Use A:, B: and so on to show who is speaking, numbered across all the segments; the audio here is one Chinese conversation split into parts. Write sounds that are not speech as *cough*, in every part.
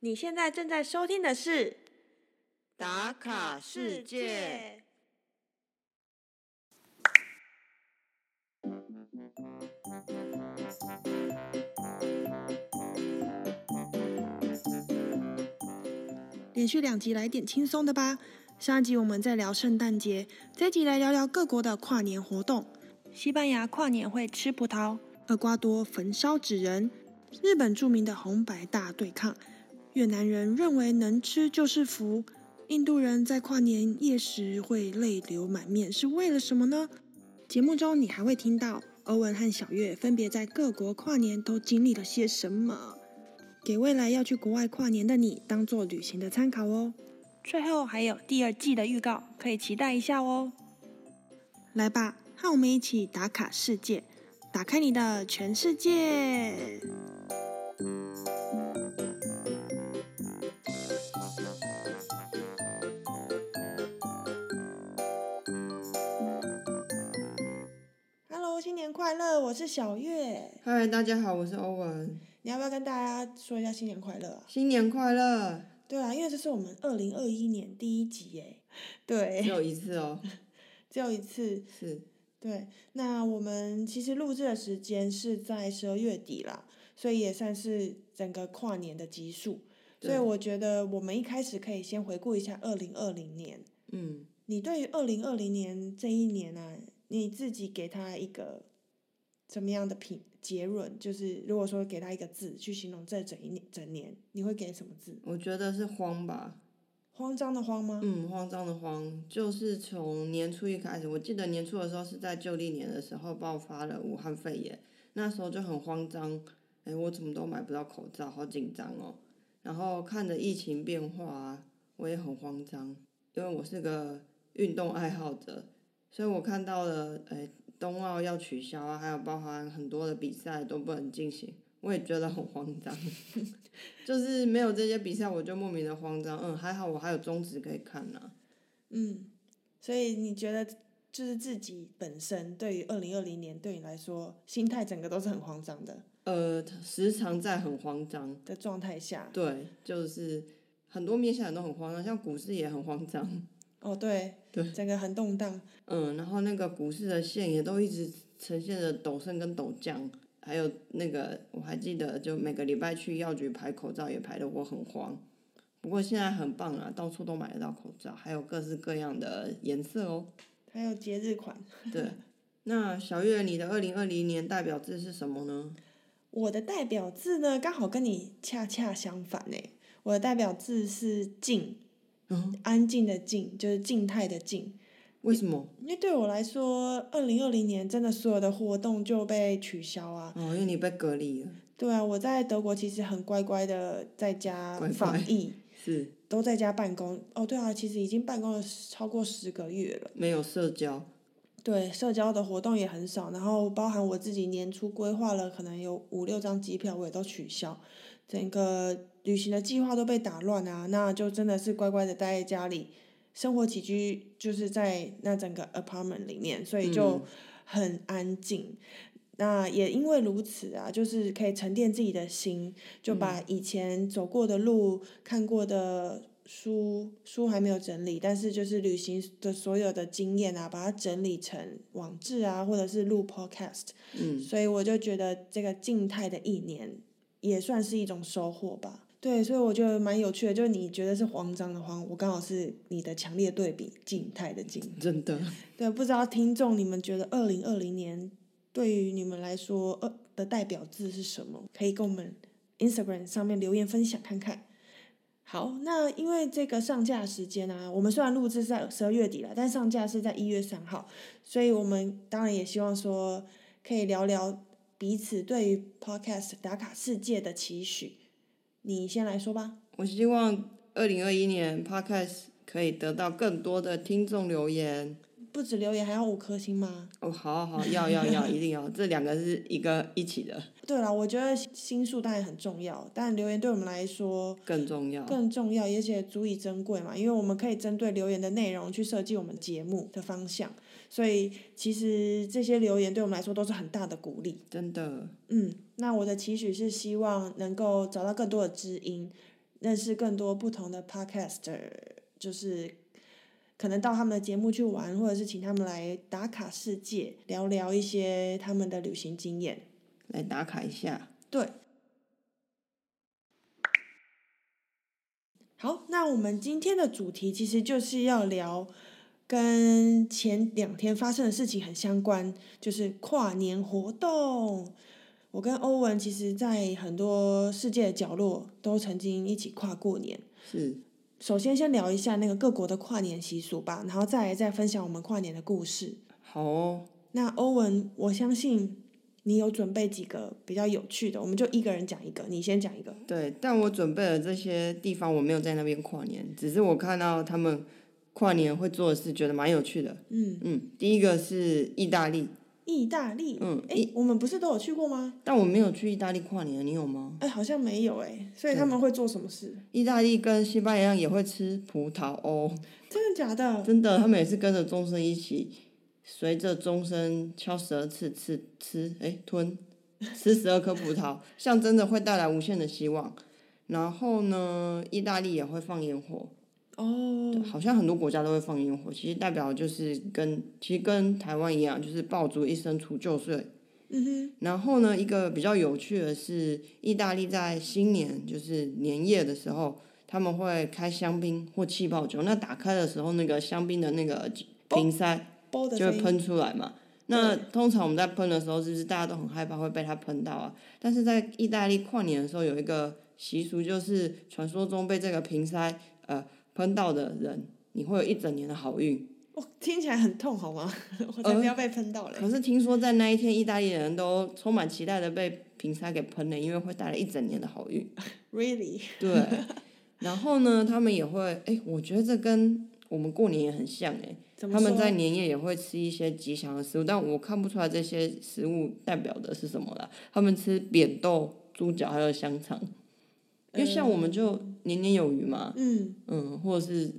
A: 你现在正在收听的是《
B: 打卡世界。》。
A: 连续两集来点轻松的吧。上一集我们在聊圣诞节，这一集来聊聊各国的跨年活动。西班牙跨年会吃葡萄，厄瓜多焚烧纸人，日本著名的红白大对抗，越南人认为能吃就是福，印度人在跨年夜时会泪流满面，是为了什么呢？节目中你还会听到欧文和小月分别在各国跨年都经历了些什么。给未来要去国外跨年的你当做旅行的参考哦。最后还有第二季的预告，可以期待一下哦。来吧，和我们一起打卡世界，打开你的全世界。Hello，新年快乐！我是小月，
B: 嗨，大家好，我是欧文，
A: 你要不要跟大家说一下新年快乐啊？
B: 新年快乐！
A: 对啊，因为这是我们二零二一年第一集
B: *laughs*
A: 耶，
B: 只
A: 对，
B: 有一次哦，
A: 只有一次。
B: 是 *laughs*
A: 对，那我们其实录制的时间是在十二月底啦，所以也算是整个跨年的集数。所以
B: 对
A: 我觉得我们一开始可以先回顾一下二零二零年。
B: 嗯，
A: 你对于二零二零年这一年啊，你自己给他一个怎么样的评结论？就是如果说给他一个字去形容这整一年整年，你会给什么字？
B: 我觉得是慌吧，
A: 慌张的慌吗？
B: 嗯，慌张的慌，就是从年初一开始，我记得年初的时候是在旧历年的时候爆发了武汉肺炎，那时候就很慌张，哎，我怎么都买不到口罩，好紧张哦。然后看着疫情变化啊，我也很慌张，因为我是个运动爱好者，所以我看到了，哎，冬奥要取消啊，还有包含很多的比赛都不能进行，我也觉得很慌张。 *laughs* 就是没有这些比赛，我就莫名的慌张。嗯，还好我还有中职可以看啊呐、
A: 嗯，所以你觉得就是自己本身对于二零二零年对你来说，心态整个都是很慌张的
B: 呃，时常在很慌张，
A: 的状态下。
B: 对，就是很多面向人都很慌张，像股市也很慌张。
A: 哦，对，
B: 对
A: 整个很动荡。
B: 嗯，然后那个股市的线也都一直呈现着陡升跟陡降，还有那个我还记得，就每个礼拜去药局排口罩也排的我很慌。不过现在很棒啦，到处都买得到口罩，还有各式各样的颜色哦。
A: 还有节日款，
B: 对，那小月，你的二零二零年代表字是什么呢？ *laughs*
A: 我的代表字呢，刚好跟你恰恰相反呢。我的代表字是静，
B: 嗯，
A: 安静的静，就是静态的静。
B: 为什么？
A: 因为对我来说，二零二零年真的所有的活动就被取消啊，
B: 哦，因为你被隔离了。
A: 对啊，我在德国其实很乖乖的在家
B: 乖乖
A: 防疫，
B: 是
A: 都在家办公。哦，对啊，其实已经办公了超过十个月了。
B: 没有社交，
A: 对，社交的活动也很少，然后包含我自己年初规划了，可能有五六张机票，我也都取消，整个旅行的计划都被打乱啊，那就真的是乖乖的待在家里，生活起居就是在那整个 apartment 里面，所以就
B: 嗯
A: 很安静。那也因为如此啊，就是可以沉淀自己的心，就把以前走过的路、看过的书书还没有整理，但是就是旅行的所有的经验啊，把它整理成网志啊，或者是录 podcast，
B: 嗯，
A: 所以我就觉得这个静态的一年也算是一种收获吧。对，所以我觉得蛮有趣的，就是你觉得是慌张的慌，我刚好是你的强烈对比，静态的静。
B: 真的，
A: 对，不知道听众你们觉得二零二零年对于你们来说呃的代表字是什么？可以跟我们 Instagram 上面留言分享看看。好，那因为这个上架时间啊，我们虽然录制是在十二月底了，但上架是在一月三号，所以我们当然也希望说可以聊聊彼此对于 Podcast 打卡世界的期许。你先来说吧。
B: 我希望二零二一年 Podcast 可以得到更多的听众留言。
A: 不止留言，还要五颗星吗？
B: 哦，好 *laughs* 好好，要要要，一定要，这两个是一个一起的，
A: 对了，我觉得心数当然很重要，但留言对我们来说
B: 更重要。
A: 更重要，也且足以珍贵嘛，因为我们可以针对留言的内容去设计我们节目的方向，所以其实这些留言对我们来说都是很大的鼓励。
B: 真的，
A: 嗯，那我的期许是希望能够找到更多的知音，认识更多不同的 podcaster，就是可能到他们的节目去玩，或者是请他们来打卡世界，聊聊一些他们的旅行经验。
B: 来打卡一下。
A: 对。好，那我们今天的主题其实就是要聊跟前两天发生的事情很相关，就是跨年活动。我跟欧文其实，在很多世界的角落都曾经一起跨过年。
B: 是，
A: 首先，先聊一下那个各国的跨年习俗吧，然后再来再分享我们跨年的故事。
B: 好哦，
A: 那欧文，我相信你有准备几个比较有趣的，我们就一个人讲一个，你先讲一个。
B: 对，但我准备了这些地方，我没有在那边跨年，只是我看到他们跨年会做的事，觉得蛮有趣的。
A: 嗯，
B: 嗯，第一个是意大利，
A: 意大利，
B: 嗯
A: 哎，我们不是都有去过吗？
B: 但我没有去意大利跨年，你有吗？
A: 哎，好像没有哎，所以他们会做什么事？
B: 意大利跟西班牙一样也会吃葡萄哦，
A: 真的假的？
B: 真的，他们也是跟着钟声一起，随着钟声敲十二次，吃吃，哎，吞， *laughs* 吃十二颗葡萄，象征着会带来无限的希望。然后呢，意大利也会放烟火，
A: 哦，
B: 对，好像很多国家都会放烟火，其实代表就是跟其实跟台湾一样，就是爆竹一声除旧岁。
A: 嗯哼，
B: 然后呢，一个比较有趣的是，意大利在新年就是年夜的时候，他们会开香槟或气泡酒。那打开的时候，那个香槟的那个瓶塞
A: 包哦的
B: 就
A: 声
B: 会
A: 音，
B: 喷出来嘛。那通常我们在喷的时候，是不是大家都很害怕会被它喷到啊？但是在意大利跨年的时候，有一个习俗，就是传说中被这个瓶塞呃喷到的人，你会有一整年的好运。
A: 我听起来很痛，好吗？ *laughs* 我才不要被喷到嘞。
B: 可是听说在那一天，意大利人都充满期待的被瓶塞给喷了，因为会带来一整年的好运。
A: 呃 Really？ *laughs*
B: 对，然后呢，他们也会，哎，我觉得这跟我们过年也很像哎、
A: 怎么
B: 他们
A: 说？
B: 在年夜也会吃一些吉祥的食物，但我看不出来这些食物代表的是什么啦。他们吃扁豆、猪脚还有香肠，因为像我们就年年有余嘛，
A: 嗯，
B: 嗯，或者是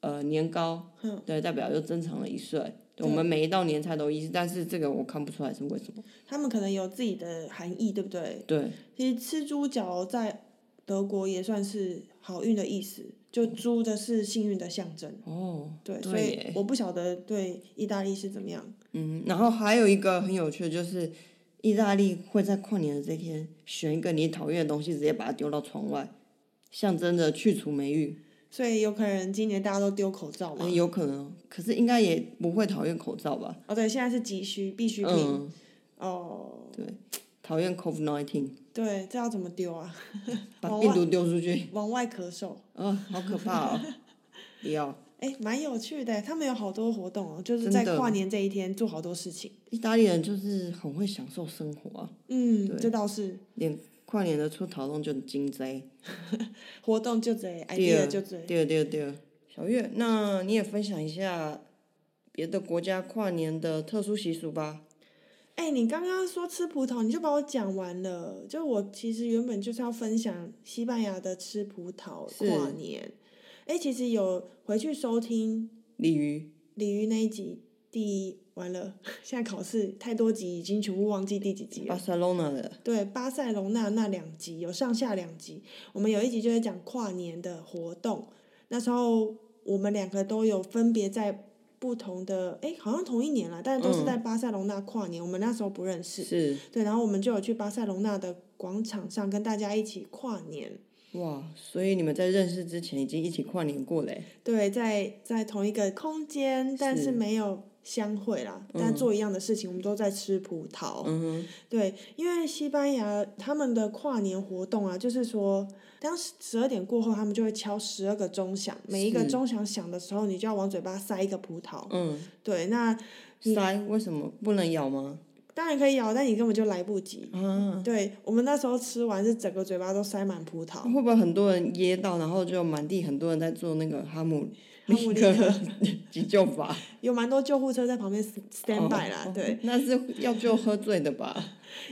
B: 呃年糕，
A: 嗯
B: 对，代表又增长了一岁。对
A: 对
B: 我们每一道年菜都一致，但是这个我看不出来是为什么。
A: 他们可能有自己的含义，对不对？
B: 对，
A: 其实吃猪脚在德国也算是好运的意思，就猪的是幸运的象征。
B: 哦，
A: 对，所
B: 对
A: 以
B: 耶，
A: 我不晓得对意大利是怎么样。
B: 嗯，然后还有一个很有趣的就是，意大利会在跨年的这天选一个你讨厌的东西，直接把它丢到窗外，象征着去除霉运。
A: 所以有可能今年大家都丢口罩嘛
B: 嗯，？有可能，可是应该也不会讨厌口罩吧？
A: 哦，对，现在是急需必需品。
B: 嗯，
A: 哦，
B: 讨厌 COVID nineteen，
A: 对，这要怎么丢啊？ *laughs*
B: 把
A: 往
B: 病
A: 外
B: 毒丢出去，
A: 往外咳嗽。
B: 啊、好可怕哦！不要，
A: 哎，蛮有趣的，他们有好多活动哦，就是在
B: 真的
A: 跨年这一天做好多事情。
B: 意大利人就是很会享受生活啊，
A: 嗯，
B: 对
A: 这倒是，
B: 连跨年的出逃动就很精彩。
A: 活动就这
B: 对
A: ，idea
B: 啊
A: 就这。
B: 对对对，小月，那你也分享一下别的国家跨年的特殊习俗吧。
A: 哎，你刚刚说吃葡萄，你就把我讲完了。就我其实原本就是要分享西班牙的吃葡萄
B: 是
A: 跨年。哎，其实有回去收听
B: 鲤鱼，
A: 鲤鱼那一集第完了， *laughs* 现在考试太多集已经全部忘记第几集了
B: 巴。塞罗那的，
A: 对，巴塞隆纳那两集有上下两集，我们有一集就在讲跨年的活动，那时候我们两个都有分别在不同的，哎，好像同一年啦，但是都是在巴塞隆纳跨年，我们那时候不认识，
B: 是
A: 对，然后我们就有去巴塞隆纳的广场上跟大家一起跨年，
B: 哇，所以你们在认识之前已经一起跨年过嘞。
A: 对，在在同一个空间，但是
B: 是
A: 没有相会啦，但做一样的事情，我们都在吃葡萄，
B: 嗯哼，
A: 对，因为西班牙他们的跨年活动啊，就是说，当十二点过后，他们就会敲十二个钟响，每一个
B: 是
A: 钟响响的时候，你就要往嘴巴塞一个葡萄。
B: 嗯，
A: 对，那
B: 塞为什么不能咬吗？
A: 当然可以咬，但你根本就来不及。
B: 啊，
A: 对我们那时候吃完是整个嘴巴都塞满葡
B: *laughs*
A: 萄，
B: 会不会很多人噎到，然后就满地很多人在做那个哈姆
A: 哈姆立
B: 那个急救法
A: 有蛮多救护车在旁边 *laughs* stand by 啦。
B: 哦
A: 对，
B: 那是要救喝醉的吧？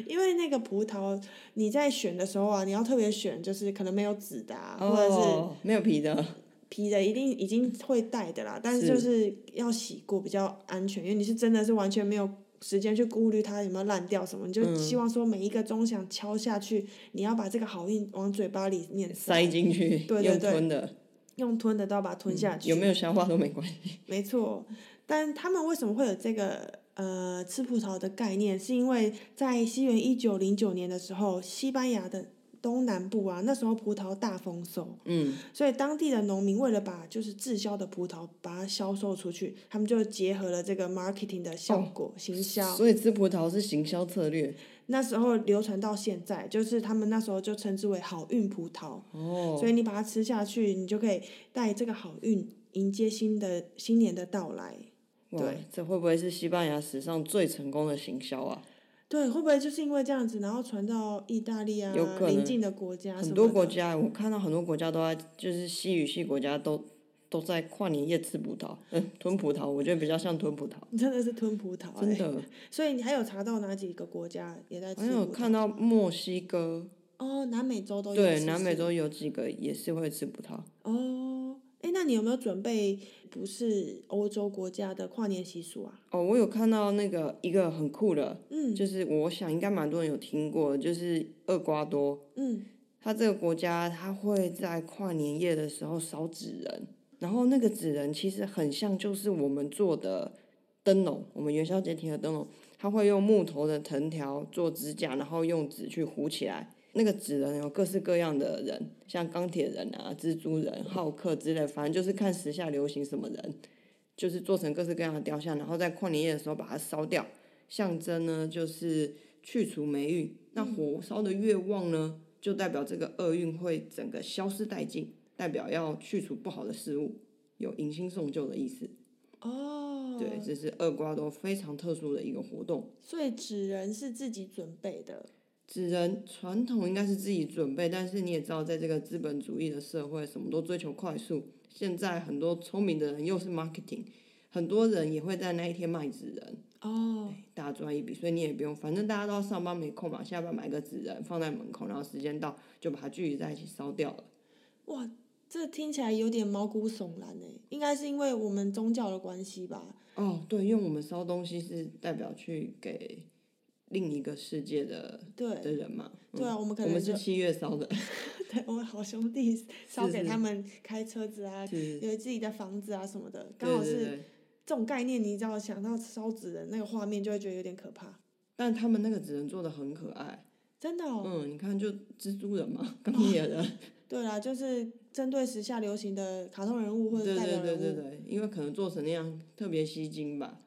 A: 因为那个葡萄你在选的时候啊，你要特别选，就是可能没有籽的、啊，或者是
B: 哦，没有皮的，
A: 皮的一定已经会带的啦，但是就是要洗过比较安全，因为你是真的是完全没有时间去顾虑它有没有烂掉什么，你就
B: 嗯
A: 希望说每一个钟响敲下去，你要把这个好运往嘴巴里面
B: 塞进去，
A: 对对
B: 用
A: 对
B: 吞的，
A: 用吞的都要把它吞下去。
B: 嗯有没有消化都没关系。
A: 没错，但他们为什么会有这个呃吃葡萄的概念？是因为在西元一九零九年的时候，西班牙的东南部啊，那时候葡萄大丰收，
B: 嗯，
A: 所以当地的农民为了把就是滞销的葡萄把它销售出去，他们就结合了这个 marketing 的效果、行销。
B: 所以吃葡萄是行销策略
A: 那时候流传到现在，就是他们那时候就称之为好运葡萄。
B: 哦。
A: 所以你把它吃下去，你就可以带这个好运迎接新的新年的到来。
B: 哇，这会不会是西班牙史上最成功的行销啊？
A: 对，会不会就是因为这样子，然后传到意大利啊
B: 有可
A: 邻
B: 能
A: 近的国家啊什
B: 很
A: 么
B: 多
A: 的
B: 国家，我看到很多国家都在，就是西语系国家都都在跨年夜吃葡萄，嗯，吞葡萄，我觉得比较像吞葡萄，
A: 真的是吞葡萄、
B: 真
A: 欸，
B: 的。
A: 所以你还有查到哪几个国家也在吃
B: 好像有
A: 葡萄
B: 看到墨西哥，
A: 哦，南美洲都有
B: 对，
A: 是不
B: 南美
A: 是
B: 洲有几个也是会吃葡萄。
A: 哦。哎，那你有没有准备不是欧洲国家的跨年习俗啊？
B: 哦，我有看到那个一个很酷的，
A: 嗯
B: 就是我想应该蛮多人有听过，就是厄瓜多，
A: 嗯，
B: 它这个国家它会在跨年夜的时候烧纸人，然后那个纸人其实很像就是我们做的灯笼，我们元宵节贴的灯笼，它会用木头的藤条做支架，然后用纸去糊起来。那个纸人有各式各样的人，像钢铁人啊、蜘蛛人、浩克之类，反正就是看时下流行什么人，就是做成各式各样的雕像，然后在跨年夜的时候把它烧掉，象征呢就是去除霉运。那火烧的越旺呢，就代表这个厄运会整个消失殆尽，代表要去除不好的事物，有迎新送旧的意思。
A: 哦，
B: 对，这是厄瓜多非常特殊的一个活动。
A: 所以纸人是自己准备的，
B: 纸人传统应该是自己准备，但是你也知道，在这个资本主义的社会，什么都追求快速。现在很多聪明的人又是 marketing，很多人也会在那一天卖纸人，哎
A: 哦，
B: 大赚一笔，所以你也不用，反正大家都要上班没空嘛，下班买个纸人放在门口，然后时间到就把它聚集在一起烧掉了。
A: 哇，这听起来有点毛骨悚然诶，应该是因为我们宗教的关系吧？
B: 哦，对，因为我们烧东西是代表去给另一个世界的的
A: 对，
B: 人嘛。嗯
A: 对啊，我们可
B: 我
A: 能
B: 们
A: 就是
B: 七月烧的，
A: 对我们好兄弟烧给
B: 是
A: 他们开车子啊，
B: 是
A: 有自己的房子啊什么的，刚
B: 对
A: 好
B: 对
A: 是
B: 对。
A: 这种概念，你只要想到烧纸人那个画面，就会觉得有点可怕。
B: 但他们那个只能做的很可爱，
A: 真的哦，
B: 嗯，你看就蜘蛛人
A: *laughs*
B: 嘛，钢铁人，
A: 对啦，就是针对时下流行的卡通人物或
B: 对
A: 者代
B: 对
A: 表人
B: 对
A: 物。
B: 对对，因为可能做成那样特别吸睛吧，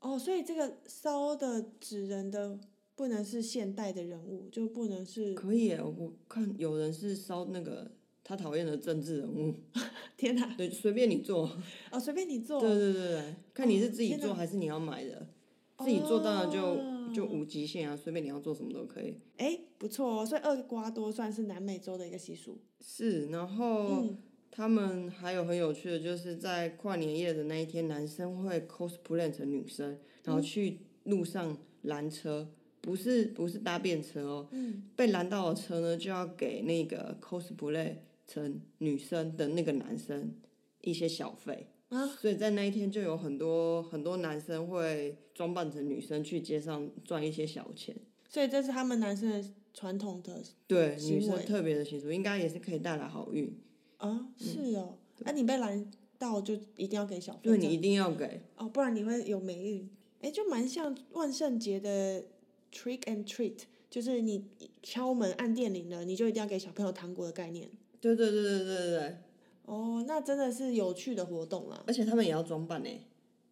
A: 哦，所以这个烧的纸人的不能是现代的人物，就不能是
B: 可以耶，我看有人是烧那个他讨厌的政治人物，
A: 天哪，
B: 对，随便你做，
A: 哦，随便你啊做，哦
B: 对对对对，看你是自己
A: 天哪
B: 做还是你要买的，自己做当然就就
A: 哦
B: 无极限啊，随便你要做什么都可以。
A: 哎，不错哦，所以厄瓜多算是南美洲的一个习俗。
B: 是，然后
A: 嗯，
B: 他们还有很有趣的，就是在跨年夜的那一天，男生会 cosplay 成女生，然后
A: 嗯
B: 去路上拦车，不是不是搭便车哦，
A: 嗯
B: 被拦到的车呢就要给那个 cosplay 成女生的那个男生一些小费。
A: 啊
B: 所以在那一天就有很多很多男生会装扮成女生去街上赚一些小钱，
A: 所以这是他们男生的传统的
B: 对
A: 行
B: 女生
A: 为
B: 特别的习俗，应该也是可以带来好运。嗯
A: 啊，是哦，那、你被拦到就一定要给小费，
B: 对
A: 这
B: 你
A: 样
B: 一定要给，
A: 哦，不然你会有霉运。哎，就蛮像万圣节的 trick and treat，就是你敲门按电铃了，你就一定要给小朋友糖果的概念。
B: 对对对对对对对，
A: 哦，那真的是有趣的活动啦。
B: 而且他们也要装扮呢、欸，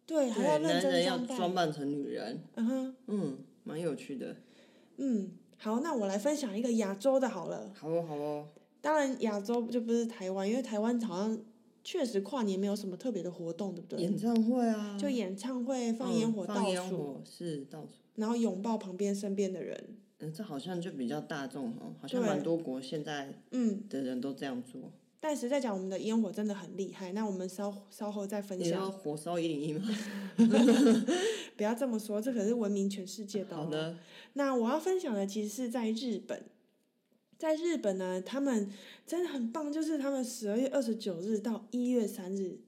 A: 对，还要认
B: 对，男人
A: 真
B: 要
A: 装扮。
B: 装扮成女人，
A: 嗯哼，
B: 嗯，蛮有趣的。
A: 嗯，好，那我来分享一个亚洲的好了。
B: 好哦好哦，
A: 当然，亚洲就不是台湾，因为台湾好像确实跨年没有什么特别的活动，对不对？
B: 演唱会啊，
A: 就演唱会、放
B: 嗯
A: 烟火、
B: 放
A: 倒
B: 烟
A: 数，
B: 火是倒数，
A: 然后拥抱旁边身边的人。
B: 嗯，这好像就比较大众哦，好像
A: 对
B: 蛮多国现在
A: 嗯，
B: 的人都这样做。
A: 但实在讲，我们的烟火真的很厉害。那我们稍稍后再分
B: 你说
A: 享，
B: 火烧一零一吗？
A: 不要这么说，这可是闻名全世界的、哦
B: 好。的，
A: 那我要分享的其实是在日本，在日本呢，他们真的很棒，就是他们十二月二十九日到一月三日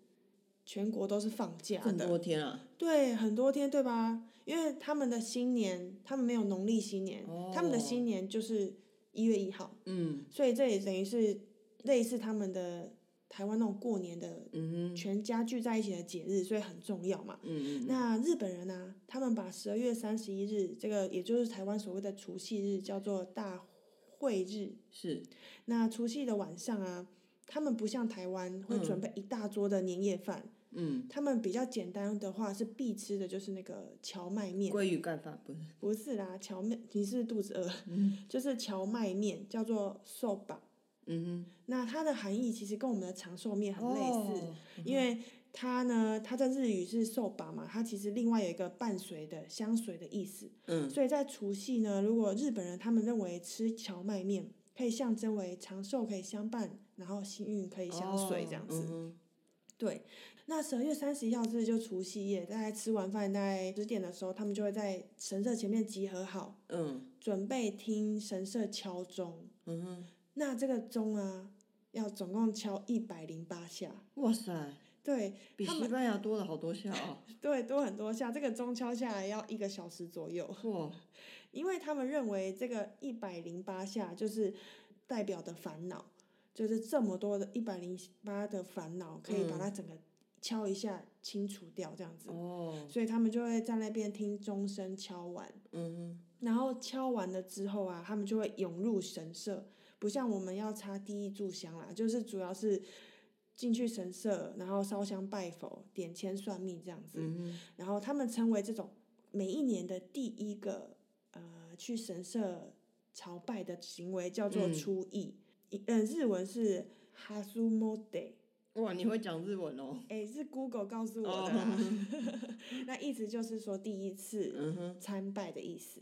A: 全国都是放假
B: 这么
A: 的，
B: 多天啊，
A: 对，很多天，对吧？因为他们的新年，他们没有农历新年，
B: 哦
A: 他们的新年就是一月一号，
B: 嗯
A: 所以这也等于是类似他们的台湾那种过年的
B: 嗯哼
A: 全家聚在一起的节日，所以很重要嘛。
B: 嗯嗯
A: 那日本人呢、啊他们把十二月三十一日这个，也就是台湾所谓的除夕日，叫做大会日。
B: 嗯是
A: 那除夕的晚上啊，他们不像台湾会准备一大桌的年夜饭，
B: 嗯
A: 他们比较简单的话是必吃的就是那个荞麦面，
B: 鲑鱼盖饭不是
A: 不是啦，荞麦你是肚子饿， *laughs* 就是荞麦面叫做寿吧。
B: 嗯
A: 那它的含义其实跟我们的长寿面
B: 哼
A: 很类似，
B: 哦
A: 因为它呢，它在日语是寿吧嘛，它其实另外有一个伴随的香水的意思，
B: 嗯
A: 所以在除夕呢，如果日本人他们认为吃荞麦面可以象征为长寿可以相伴，然后幸运可以相随这样子。
B: 哦嗯
A: 对，那十二月三十一号是就除夕夜，大概吃完饭大概十点的时候，他们就会在神社前面集合好，
B: 哼嗯
A: 准备听神社敲钟。
B: 嗯哼
A: 那这个钟啊，要总共敲一百零八下。
B: 哇塞，
A: 对
B: 比
A: 他
B: 西班牙多了好多下哦，
A: 对，多很多下，这个钟敲下来要一个小时左右。
B: 哇
A: 因为他们认为这个一百零八下就是代表的烦恼，就是这么多的一百零八的烦恼，可以把它整个敲一下清除掉这样子，
B: 哦
A: 所以他们就会在那边听钟声敲完，
B: 嗯
A: 然后敲完了之后啊，他们就会涌入神社，不像我们要插第一炷香啦，就是主要是。进去神社，然后烧香拜佛、点签算命这样子。
B: 哼嗯
A: 然后他们称为这种每一年的第一个呃去神社朝拜的行为叫做
B: 嗯
A: 初诣，嗯、呃，日文是 hasumode，
B: 哼哇你会讲日文哦，
A: 哎，是 Google 告诉我
B: 哦
A: 的啦， *laughs* 那意思就是说第一次
B: 嗯哼
A: 参拜的意思，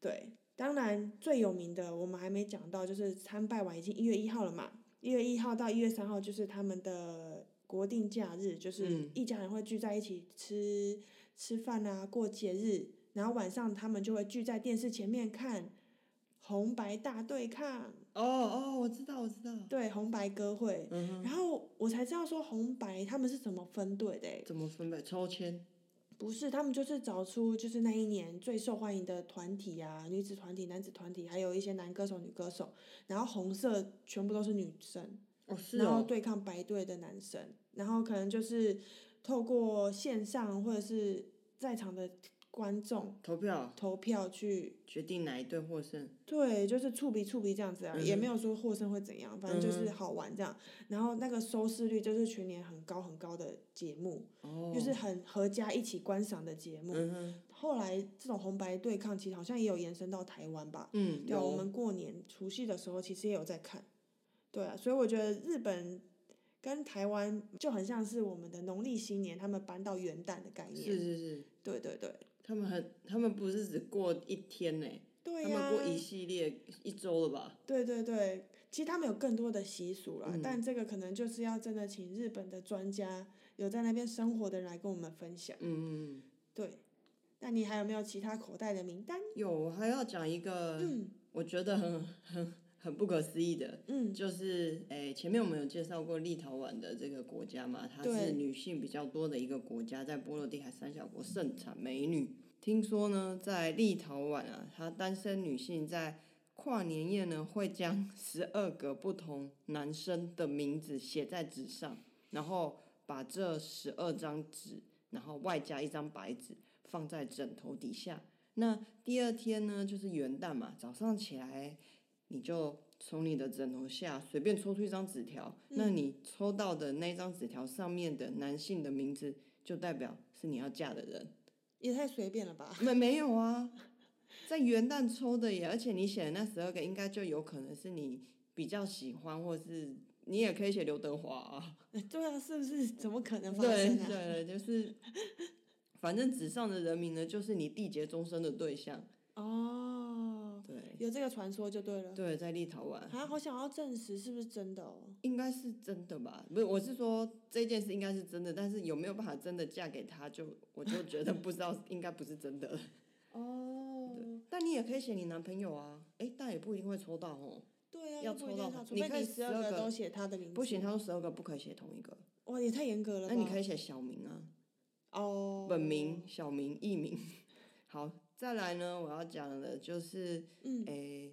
A: 对。当然，最有名的我们还没讲到，就是参拜完已经一月一号了嘛，一月一号到一月三号就是他们的国定假日，就是
B: 嗯
A: 一家人会聚在一起吃吃饭啊，过节日，然后晚上他们就会聚在电视前面看红白大对抗，
B: 哦哦我知道我知道，
A: 对红白歌会。
B: 嗯哼
A: 然后我才知道说红白他们是怎么分队的欸、
B: 怎么分配抽签
A: 不是他们就是找出就是那一年最受欢迎的团体啊，女子团体、男子团体，还有一些男歌手、女歌手，然后红色全部都是女生，
B: 哦是
A: 然后
B: 哦
A: 对抗白队的男生，然后可能就是透过线上或者是在场的观众
B: 投票
A: 投票去
B: 决定哪一队获胜，
A: 对，就是触鼻触鼻这样子啊，也没有说获胜会怎样，反正就是
B: 嗯
A: 好玩这样。然后那个收视率就是全年很高很高的节目，
B: 哦
A: 就是很合家一起观赏的节目。
B: 嗯哼
A: 后来这种红白对抗其实好像也有延伸到台湾吧，
B: 嗯
A: 对啊，我
B: 有
A: 们过年除夕的时候其实也有在看，对啊，所以我觉得日本跟台湾就很像是我们的农历新年，他们搬到元旦的概
B: 是
A: 念，
B: 是是。
A: 对对对，
B: 他们很，他们不是只过一天呢、
A: 对
B: 他
A: 呀、
B: 们过一系列一周了吧？
A: 对对对，其实他们有更多的习俗啦，
B: 嗯
A: 但这个可能就是要真的请日本的专家，有在那边生活的人来跟我们分享。
B: 嗯，
A: 对，那你还有没有其他口袋的名单？
B: 有，我还要讲一个，
A: 嗯
B: 我觉得很很很不可思议的，
A: 嗯，
B: 就是诶、前面我们有介绍过立陶宛的这个国家嘛，它
A: 对
B: 是女性比较多的一个国家，在波罗的海三小国盛产美女。听说呢，在立陶宛啊，她单身女性在跨年夜呢，会将十二个不同男生的名字写在纸上，然后把这十二张纸，然后外加一张白纸放在枕头底下。那第二天呢，就是元旦嘛，早上起来你就从你的枕头下随便抽出一张纸条，那你抽到的那张纸条上面的男性的名字，就代表是你要嫁的人。
A: 也太随便了吧？
B: 没没有啊，在元旦抽的耶，而且你写的那十二个，应该就有可能是你比较喜欢，或是你也可以写刘德华啊。
A: 对啊，是不是？怎么可能发
B: 嗯对
A: 生
B: 对
A: 啊？
B: 对，就是，反正纸上的人名呢，就是你缔结终身的对象。
A: 哦，
B: 对
A: 有这个传说就对了。
B: 对，在立陶宛。
A: 啊，好想要证实是不是真的哦？
B: 应该是真的吧？不是，我是说这件事应该是真的，但是有没有办法真的嫁给他就，我就觉得不知道，应该不是真的。 *laughs*
A: 哦，
B: 但你也可以写你男朋友啊，诶，但也不一定会抽到哦。
A: 对啊，
B: 要
A: 不一
B: 抽
A: 定
B: 到
A: 要除
B: 你
A: 非
B: 看
A: 你十二
B: 12
A: 个
B: 个
A: 都写他的名字，
B: 不行，他说十二个不可以写同一个，
A: 哇，也太严格了吧？
B: 那你可以写小名啊，
A: 哦，
B: 本名、小名、艺名。 *laughs* 好，再来呢，我要讲的就是，
A: 嗯
B: 诶、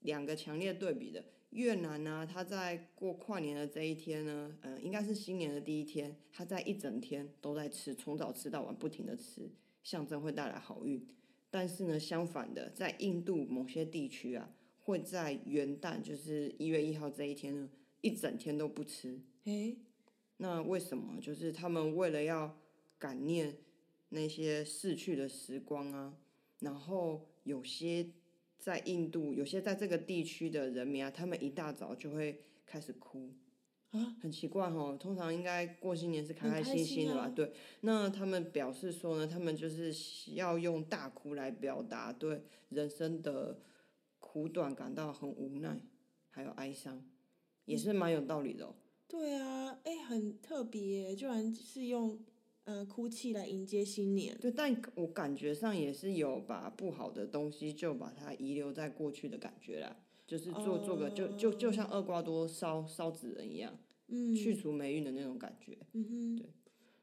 B: 两个强烈对比的越南呢、他在过跨年的这一天呢，嗯、应该是新年的第一天，他在一整天都在吃，从早吃到晚，不停的吃，象征会带来好运。但是呢，相反的，在印度某些地区啊，会在元旦，就是一月一号这一天呢，一整天都不吃，
A: 诶，
B: 那为什么？就是他们为了要感念那些逝去的时光啊，然后有些在印度，有些在这个地区的人民啊，他们一大早就会开始哭。
A: 啊，
B: 很奇怪哦，通常应该过新年是开
A: 很
B: 开
A: 开
B: 心心的
A: 心
B: 吧？
A: 啊
B: 对，那他们表示说呢，他们就是要用大哭来表达对人生的苦短感到很无奈，还有哀伤，也是蛮有道理的、哦。
A: 对啊，诶，很特别，居然是用呃哭泣来迎接新年。
B: 对，但我感觉上也是有把不好的东西就把它遗留在过去的感觉啦，就是做做个就就就像厄瓜多烧烧纸人一样，
A: 哦嗯
B: 去除霉运的那种感觉，
A: 嗯哼，对，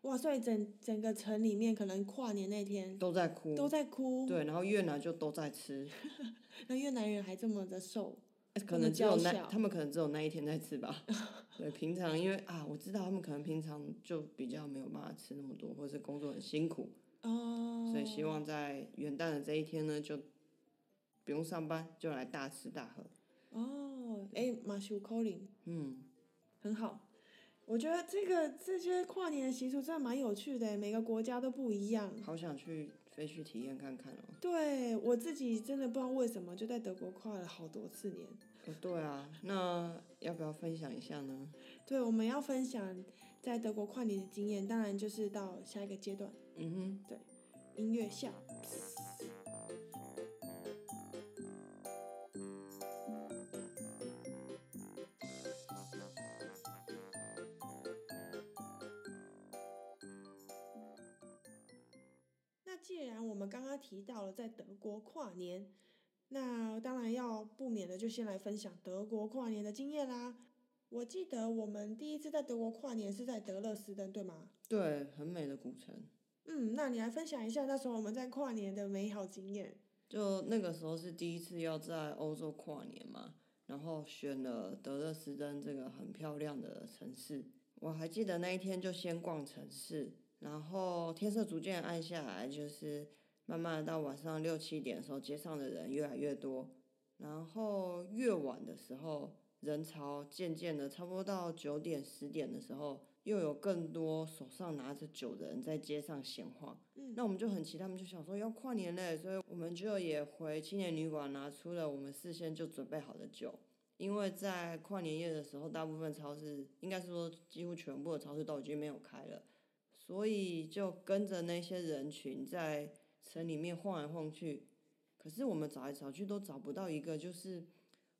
A: 哇，所以整整个城里面可能跨年那天
B: 都在哭。
A: 都在哭，
B: 对，然后越南就都在吃，
A: *laughs* 那越南人还这么的瘦，
B: 可
A: 么
B: 能只有
A: 娇
B: 那
A: 小
B: 他们可能只有那一天在吃
A: *laughs*
B: 吧。对，平常因为啊，我知道他们可能平常就比较没有办法吃那么多，或者是工作很辛苦，
A: 哦，
B: 所以希望在元旦的这一天呢，就不用上班，就来大吃大喝。
A: 哦，诶，马修扣林
B: 嗯，
A: 很好。我觉得这个这些跨年的习俗真的蛮有趣的，每个国家都不一样。
B: 好想去飞去体验看看哦。
A: 对我自己真的不知道为什么就在德国跨了好多次年。
B: 哦，对啊，那要不要分享一下呢？
A: 对，我们要分享在德国跨年的经验，当然就是到下一个阶段，
B: 嗯
A: 音乐下。那既然我们刚刚提到了在德国跨年，那当然要不免的就先来分享德国跨年的经验啦。我记得我们第一次在德国跨年是在德勒斯登，对吗？
B: 哼，对，很美的古城。
A: 嗯，那你来分享一下那时候我们在跨年的美好经验。
B: 就那个时候是第一次要在欧洲跨年嘛，然后选了德勒斯登这个很漂亮的城市。我还记得那一天就先逛城市，然后天色逐渐暗下来，就是慢慢地到晚上六七点的时候，街上的人越来越多，然后越晚的时候，人潮渐渐的，差不多到九点十点的时候，又有更多手上拿着酒的人在街上闲晃。
A: 嗯
B: 那我们就很期待，他们就想说要跨年嘞，所以我们就也回青年旅馆拿出了我们事先就准备好的酒。因为在跨年夜的时候，大部分超市应该是说几乎全部的超市都已经没有开了，所以就跟着那些人群在城里面晃来晃去。可是我们找来找去都找不到一个就是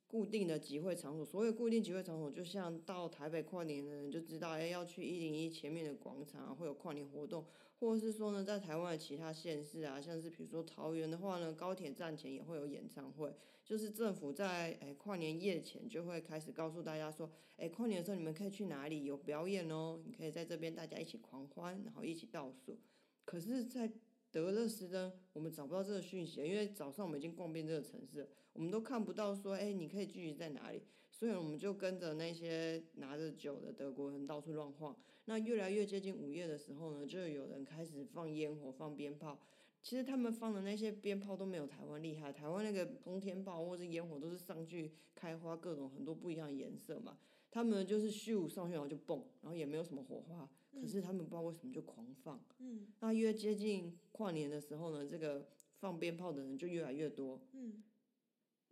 B: 固定的集会场所。所谓固定集会场所，就像到台北跨年的人就知道，哎，要去一零一前面的广场、啊、会有跨年活动，或者是说呢，在台湾的其他县市啊，像是比如说桃园的话呢，高铁站前也会有演唱会。就是政府在哎跨年夜前就会开始告诉大家说，哎，跨年的时候你们可以去哪里有表演哦，你可以在这边大家一起狂欢，然后一起倒数。可是，在德勒斯登，我们找不到这个讯息，因为早上我们已经逛遍这个城市了，我们都看不到说，哎，你可以聚集在哪里？所以我们就跟着那些拿着酒的德国人到处乱晃。那越来越接近午夜的时候呢，就有人开始放烟火、放鞭炮。其实他们放的那些鞭炮都没有台湾厉害，台湾那个冲天炮或者烟火都是上去开花，各种很多不一样的颜色嘛。他们就是咻上去然后就蹦，然后也没有什么火花，可是他们不知道为什么就狂放。
A: 嗯
B: 那越接近跨年的时候呢，这个放鞭炮的人就越来越多。
A: 嗯，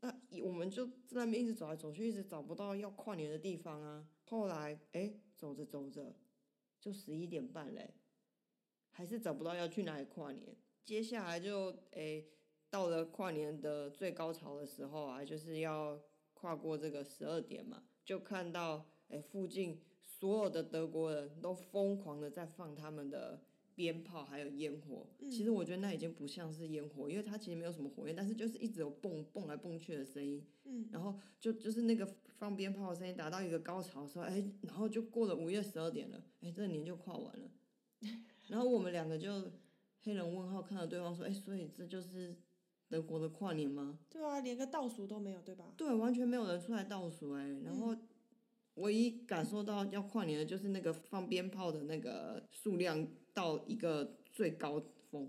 B: 那一我们就在那边一直走来走去，一直找不到要跨年的地方啊。后来，哎，走着走着，就十一点半嘞，还是找不到要去哪里跨年。接下来就哎，到了跨年的最高潮的时候啊，就是要跨过这个十二点嘛，就看到哎附近所有的德国人都疯狂的在放他们的鞭炮还有烟火，其实我觉得那已经不像是烟火，因为它其实没有什么火焰，但是就是一直有蹦蹦来蹦去的声音，
A: 嗯，
B: 然后就就是那个放鞭炮的声音达到一个高潮的时候，哎，然后就过了午夜十二点了，哎，这个年就跨完了， *laughs* 然后我们两个就黑人问号看着对方说，哎，所以这就是德国的跨年吗？
A: 对啊，连个倒数都没有，对吧？
B: 对，完全没有人出来倒数哎、然后
A: 嗯
B: 唯一感受到要跨年的就是那个放鞭炮的那个数量到一个最高峰，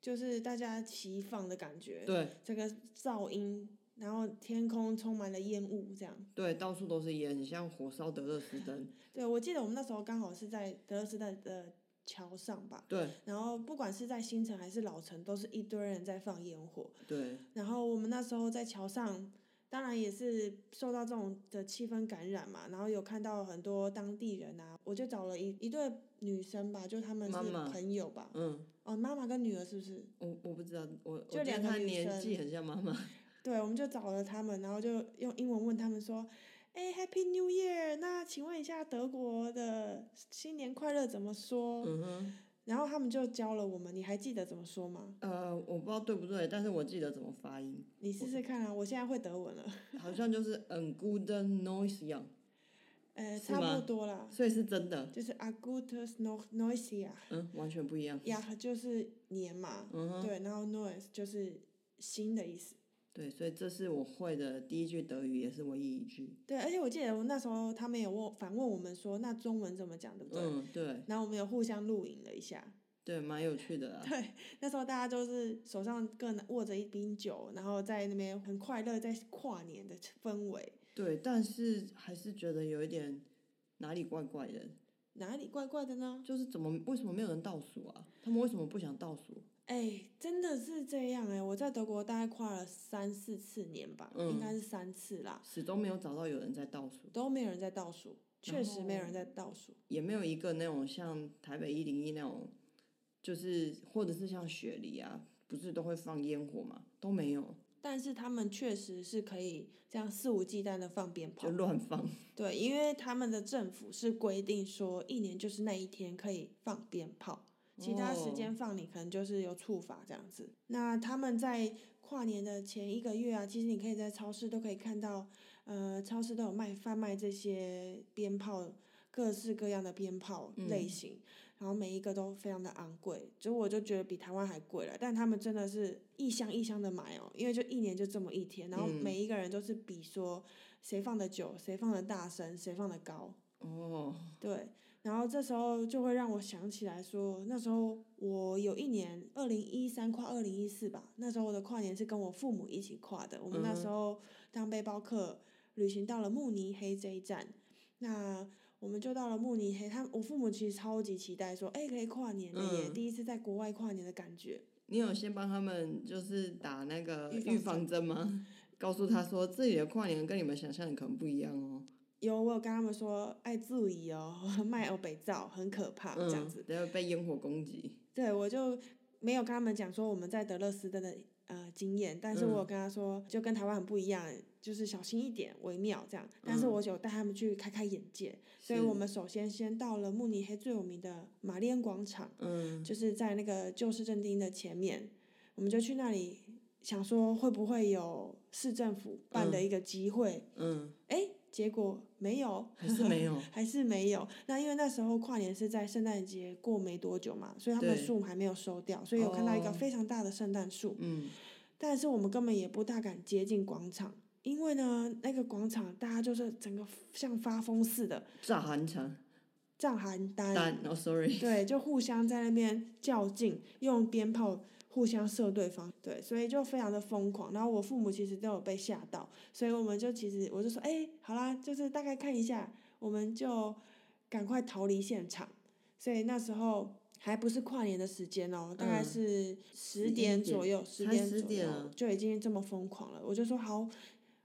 A: 就是大家齐放的感觉，
B: 对
A: 这个噪音，然后天空充满了烟雾，这样。
B: 对，到处都是烟，很像火烧德勒斯登，
A: 对，我记得我们那时候刚好是在德勒斯顿的桥上吧，
B: 对
A: 然后不管是在新城还是老城，都是一堆人在放烟火。
B: 对
A: 然后我们那时候在桥上，当然也是受到这种的气氛感染嘛，然后有看到很多当地人啊，我就找了一一对女生吧，就他们是
B: 妈妈
A: 朋友吧，
B: 嗯，
A: 哦，妈妈跟女儿是不是？
B: 我我不知道，我我
A: 就
B: 觉得
A: 两个
B: 他
A: 女
B: 年
A: 生
B: 纪很像妈妈，
A: *laughs* 对，我们就找了他们，然后就用英文问他们说：“哎，Happy New Year！那请问一下德国的新年快乐怎么说？”
B: 嗯哼，
A: 然后他们就教了我们，你还记得怎么说吗？
B: 呃，我不知道对不对，但是我记得怎么发音，
A: 你试试看啊，我现在会德文了，
B: 好像就是 “en guten noise young”，
A: 呃，
B: 是
A: 差
B: 吗
A: 不多啦，
B: 所以是真的，
A: 就是 a g u t e s no noisia，
B: 嗯，完全不一样，
A: 呀就是年嘛，
B: 嗯哼。
A: 对，然后 noise 就是新的意思。
B: 对，所以这是我会的第一句德语，也是唯一一句。
A: 对，而且我记得我那时候他们也问反问我们说，那中文怎么讲，对不对？
B: 嗯，对
A: 然后我们有互相录影了一下，
B: 对，蛮有趣的啦。
A: *laughs* 对，那时候大家都是手上各拿握着一瓶酒，然后在那边很快乐，在跨年的氛围，
B: 对，但是还是觉得有一点哪里怪怪的，
A: 哪里怪怪的呢？
B: 就是怎么为什么没有人倒数啊？他们为什么不想倒数？
A: 哎、真的是这样哎、我在德国大概跨了三四次年吧，
B: 嗯
A: 应该是三次啦，
B: 始终没有找到有人在倒数，
A: 都没有人在倒数，确实没有
B: 然
A: 人在倒数。
B: 也没有一个那种像台北一零一那种，就是或者是像雪梨啊，不是都会放烟火嘛，都没有，
A: 但是他们确实是可以这样肆无忌惮的放鞭炮
B: 就，乱放。
A: 对，因为他们的政府是规定说，一年就是那一天可以放鞭炮，其他时间放你可能就是有处罚这样子。那他们在跨年的前一个月啊，其实你可以在超市都可以看到，呃，超市都有卖贩卖这些鞭炮。各式各样的鞭炮类型，然后每一个都非常的昂贵，就我就觉得比台湾还贵了。但他们真的是一箱一箱的买哦，因为就一年就这么一天，然后每一个人都是比说谁放的久，谁放的大声，谁放的高，
B: 哦，
A: 对。然后这时候就会让我想起来说，那时候我有一年二零一三跨二零一四吧，那时候我的跨年是跟我父母一起跨的，我们
B: 嗯
A: 那时候当背包客旅行到了慕尼黑这一站，那。我们就到了慕尼黑，他我父母其实超级期待，说，哎、可以跨年了耶，
B: 嗯
A: 第一次在国外跨年的感觉。
B: 你有先帮他们就是打那个
A: 预防
B: 预防针吗？ *laughs* 告诉他说这里的跨年跟你们想象的可能不一样哦。
A: 有我有跟他们说，爱注意哦， *laughs* 卖欧北照很可怕，这样子。
B: 嗯，等下被烟火攻击。
A: 对，我就没有跟他们讲说我们在德勒斯登的呃经验，但是我有跟他说，就跟台湾很不一样，就是小心一点为妙这样。但是我有带他们去开开眼界，所以
B: 是
A: 我们首先先到了慕尼黑最有名的玛丽恩广场，
B: 嗯，
A: 就是在那个旧市政厅的前面，我们就去那里想说会不会有市政府办的一个集会，
B: 嗯，
A: 哎、结果没有，。
B: 还是没有
A: 还是没有。那因为那时候跨年是在圣诞节过没多久嘛，所以他们的
B: 对
A: 树还没有收掉，所以有看到一个非常大的圣诞树。
B: 嗯，
A: 但是我们根本也不大敢接近广场，因为呢，那个广场大家就是整个像发疯似的，
B: 炸寒蝉，
A: 仗邯郸，
B: 但哦，sorry，
A: 对，就互相在那边较劲，用鞭炮互相射对方，对，所以就非常的疯狂。然后我父母其实都有被吓到，所以我们就其实我就说，哎、好啦，就是大概看一下，我们就赶快逃离现场。所以那时候还不是跨年的时间哦、大概
B: 嗯
A: 是十
B: 11
A: 点
B: 点
A: 左右，十
B: 才
A: 点
B: 10
A: 左
B: 点
A: 右
B: 啊
A: 就已经这么疯狂了。我就说好，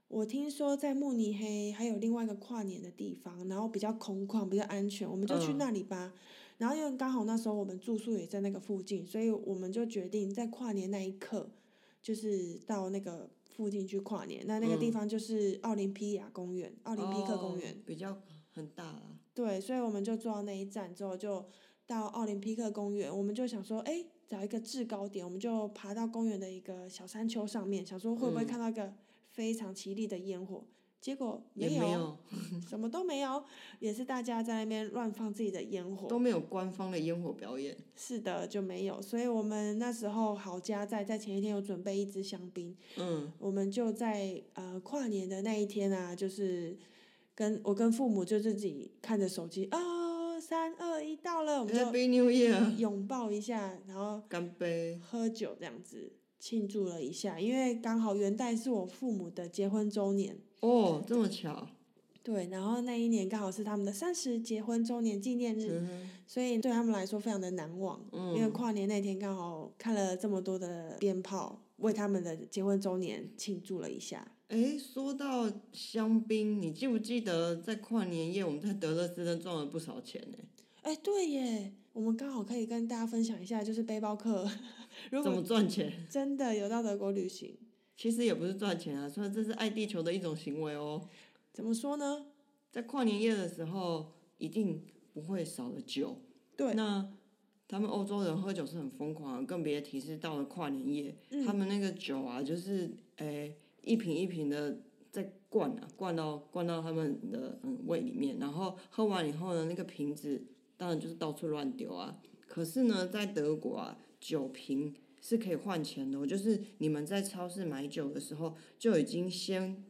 A: 我听说在慕尼黑还有另外一个跨年的地方，然后比较空旷，比较安全，我们就去
B: 嗯
A: 那里吧。然后因为刚好那时候我们住宿也在那个附近，所以我们就决定在跨年那一刻，就是到那个附近去跨年。那那个地方就是奥林匹亚公园，奥林匹克公园。
B: 哦比较很大啦。
A: 对，所以我们就坐到那一站之后就。到奥林匹克公园，我们就想说，哎，找一个制高点，我们就爬到公园的一个小山丘上面，想说会不会
B: 嗯
A: 看到一个非常绮丽的烟火。结果
B: 也
A: 有，
B: 没有
A: 什么都没有，也是大家在那边乱放自己的烟火。
B: 都没有官方的烟火表演，
A: 是的，就没有。所以我们那时候好家在在前一天有准备一支香槟，
B: 嗯，
A: 我们就在呃跨年的那一天啊，就是跟我跟父母就自己看着手机啊，三二一到了，我们就
B: Happy New Year，
A: 拥抱一下，然后
B: 干杯，
A: 喝酒这样子庆祝了一下，因为刚好元旦是我父母的结婚周年。
B: 哦，这么巧，
A: 对，然后那一年刚好是他们的三十结婚周年纪念日，
B: 嗯哼，
A: 所以对他们来说非常的难忘。因为
B: 嗯，
A: 跨年那天刚好看了这么多的鞭炮，为他们的结婚周年庆祝了一下。
B: 哎，说到香槟，你记不记得在跨年夜我们在德勒斯顿赚了不少钱呢？
A: 哎，对耶，我们刚好可以跟大家分享一下，就是背包客 *laughs* 如
B: 怎
A: 果
B: 么赚钱？
A: 真的有到德国旅行，
B: 其实也不是赚钱啊，算这是爱地球的一种行为哦。
A: 怎么说呢？
B: 在跨年夜的时候，一定不会少了酒。
A: 对
B: 那他们欧洲人喝酒是很疯狂的，啊更别提是到了跨年夜，
A: 嗯
B: 他们那个酒啊，就是诶、一瓶一瓶的在灌啊，灌到灌到他们的嗯胃里面，然后喝完以后呢，那个瓶子当然就是到处乱丢啊。可是呢，在德国啊，酒瓶是可以换钱的哦，就是你们在超市买酒的时候就已经先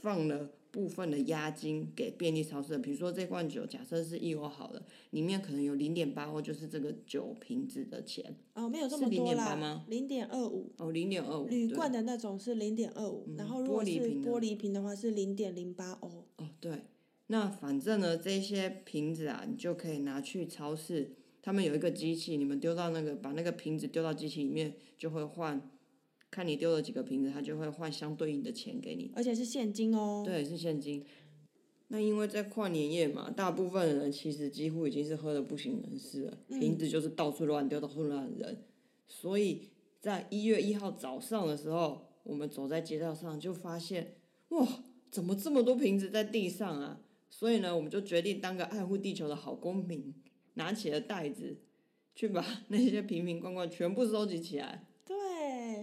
B: 放了部分的押金给便利超市了，比如说这罐酒假设是一欧好了，里面可能有零点八欧就是这个酒瓶子的钱
A: 哦，没有这
B: 是
A: 么多
B: 0.8
A: 啦
B: 吗，
A: 零点二五。
B: 哦，零点二五
A: 铝罐的那种是零点二五，然后如果
B: 玻
A: 是
B: 璃瓶的
A: 玻璃瓶的话是零点零八欧。
B: 哦，对，那反正呢，这些瓶子啊，你就可以拿去超市，他们有一个机器，你们丢到那个，把那个瓶子丢到机器里面，就会换，看你丢了几个瓶子，它就会换相对应的钱给你。
A: 而且是现金哦。
B: 对，是现金。那因为在跨年夜嘛，大部分人其实几乎已经是喝的不省人事了，瓶子就是到处乱丢，到处乱扔。所以在一月一号早上的时候，我们走在街道上就发现，哇，怎么这么多瓶子在地上啊？所以呢，我们就决定当个爱护地球的好公民，拿起了袋子，去把那些瓶瓶罐罐全部收集起来，
A: 对，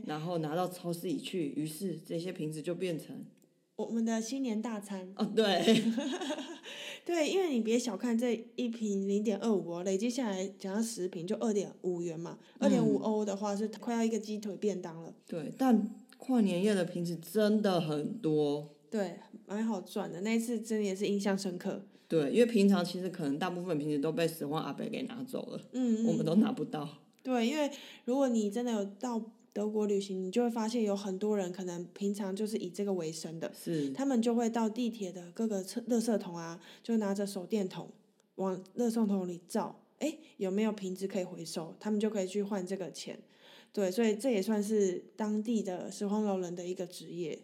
B: 然后拿到超市里去。于是这些瓶子就变成，
A: 我们的新年大餐。
B: 哦，对。
A: 对，因为你别小看这一瓶零点二五哦，累积下来假设十瓶就二点五元嘛，二点五
B: 嗯
A: 欧的话是快要一个鸡腿便当了。
B: 对，但跨年夜的瓶子真的很多。
A: 对，蛮好赚的。那一次真的也是印象深刻。
B: 对，因为平常其实可能大部分瓶子都被拾荒阿伯给拿走了，
A: 嗯，
B: 我们都拿不到。
A: 对，因为如果你真的有到德国旅行，你就会发现有很多人可能平常就是以这个为生的，
B: 是，
A: 他们就会到地铁的各个厕垃圾桶啊，就拿着手电筒往垃圾桶里照，哎，有没有瓶子可以回收？他们就可以去换这个钱。对，所以这也算是当地的拾荒楼人的一个职业。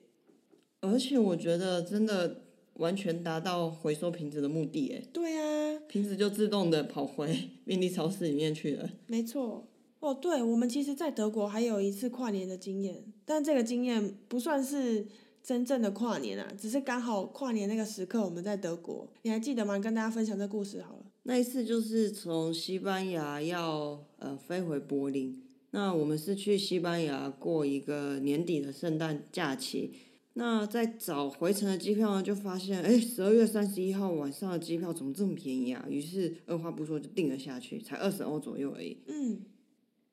B: 而且我觉得真的完全达到回收瓶子的目的，诶，
A: 对啊，
B: 瓶子就自动的跑回 *laughs* 便利超市里面去了。
A: 没错。哦，对，我们其实，在德国还有一次跨年的经验，但这个经验不算是真正的跨年啊，只是刚好跨年那个时刻我们在德国。你还记得吗？跟大家分享这故事好了。
B: 那一次就是从西班牙要呃飞回柏林，那我们是去西班牙过一个年底的圣诞假期。那在找回程的机票呢，就发现哎，十二月三十一号晚上的机票怎么这么便宜啊？于是二话不说就定了下去，才二十欧左右而已。
A: 嗯，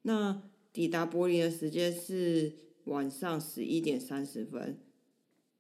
B: 那抵达柏林的时间是晚上十一点三十分。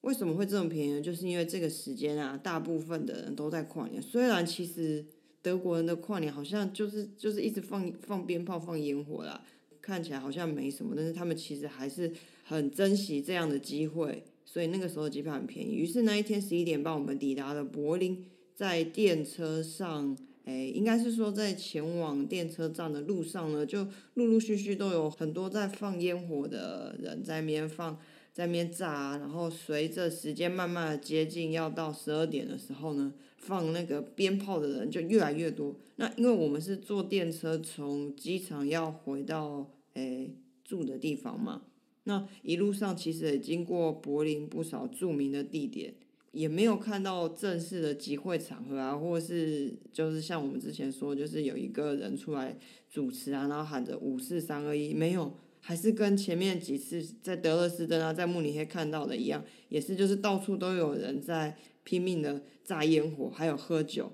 B: 为什么会这么便宜呢？就是因为这个时间啊，大部分的人都在跨年。虽然其实德国人的跨年好像就是就是一直放放鞭炮、放烟火啦，看起来好像没什么，但是他们其实还是很珍惜这样的机会，所以那个时候机票很便宜。于是那一天十一点半，我们抵达了柏林，在电车上，诶，应该是说在前往电车站的路上呢，就陆陆续续都有很多在放烟火的人在那边放，在那边炸啊、然后随着时间慢慢的接近要到十二点的时候呢，放那个鞭炮的人就越来越多。那因为我们是坐电车从机场要回到诶住的地方嘛，那一路上其实也经过柏林不少著名的地点，也没有看到正式的集会场合啊，或是就是像我们之前说，就是有一个人出来主持啊，然后喊着五四三二一，没有，还是跟前面几次在德勒斯登啊，在慕尼黑看到的一样，也是就是到处都有人在拼命的炸烟火，还有喝酒。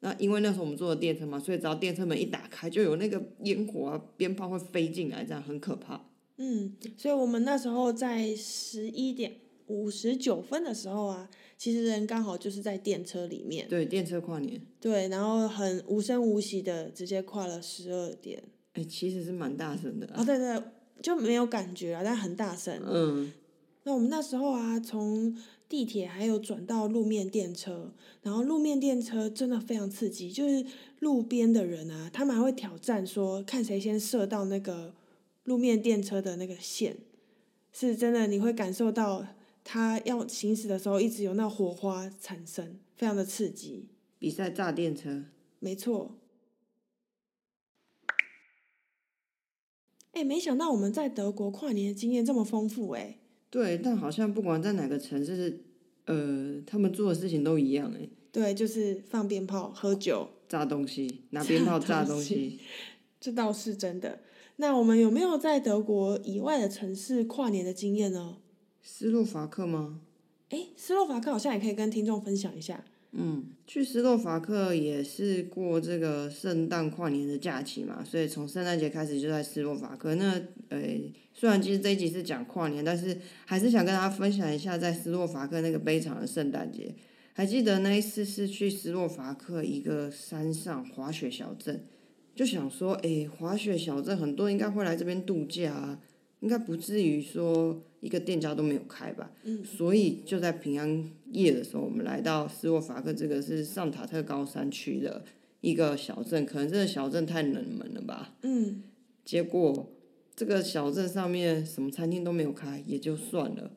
B: 那因为那时候我们坐的电车嘛，所以只要电车门一打开，就有那个烟火啊、鞭炮会飞进来，这样很可怕。
A: 嗯，所以我们那时候在十一点五十九分的时候啊，其实人刚好就是在电车里面，
B: 对，电车跨年，
A: 对，然后很无声无息的直接跨了十二点，
B: 哎、其实是蛮大声的、啊。
A: 哦对对，就没有感觉啊，但很大声。
B: 嗯，
A: 那我们那时候啊，从地铁还有转到路面电车，然后路面电车真的非常刺激，就是路边的人啊，他们还会挑战说，看谁先射到那个路面电车的那个线，是真的，你会感受到它要行驶的时候，一直有那火花产生，非常的刺激。
B: 比赛炸电车，
A: 没错。哎，没想到我们在德国跨年的经验这么丰富哎、
B: 对，但好像不管在哪个城市，呃，他们做的事情都一样哎、
A: 对，就是放鞭炮、喝酒，
B: 炸东西，拿鞭炮
A: 炸
B: 炸
A: 东
B: 东
A: 西
B: 西。
A: 这倒是真的。那我们有没有在德国以外的城市跨年的经验呢？
B: 斯洛伐克吗？
A: 诶，斯洛伐克好像也可以跟听众分享一下。
B: 嗯，去斯洛伐克也是过这个圣诞跨年的假期嘛，所以从圣诞节开始就在斯洛伐克。那呃，虽然其实这一集是讲跨年，但是还是想跟大家分享一下在斯洛伐克那个悲惨的圣诞节。还记得那一次是去斯洛伐克一个山上滑雪小镇，就想说，诶，滑雪小镇很多人应该会来这边度假啊，应该不至于说一个店家都没有开吧。所以就在平安夜的时候，我们来到斯洛伐克这个是上塔特高山区的一个小镇，可能这个小镇太冷门了吧。
A: 嗯，
B: 结果这个小镇上面什么餐厅都没有开，也就算了。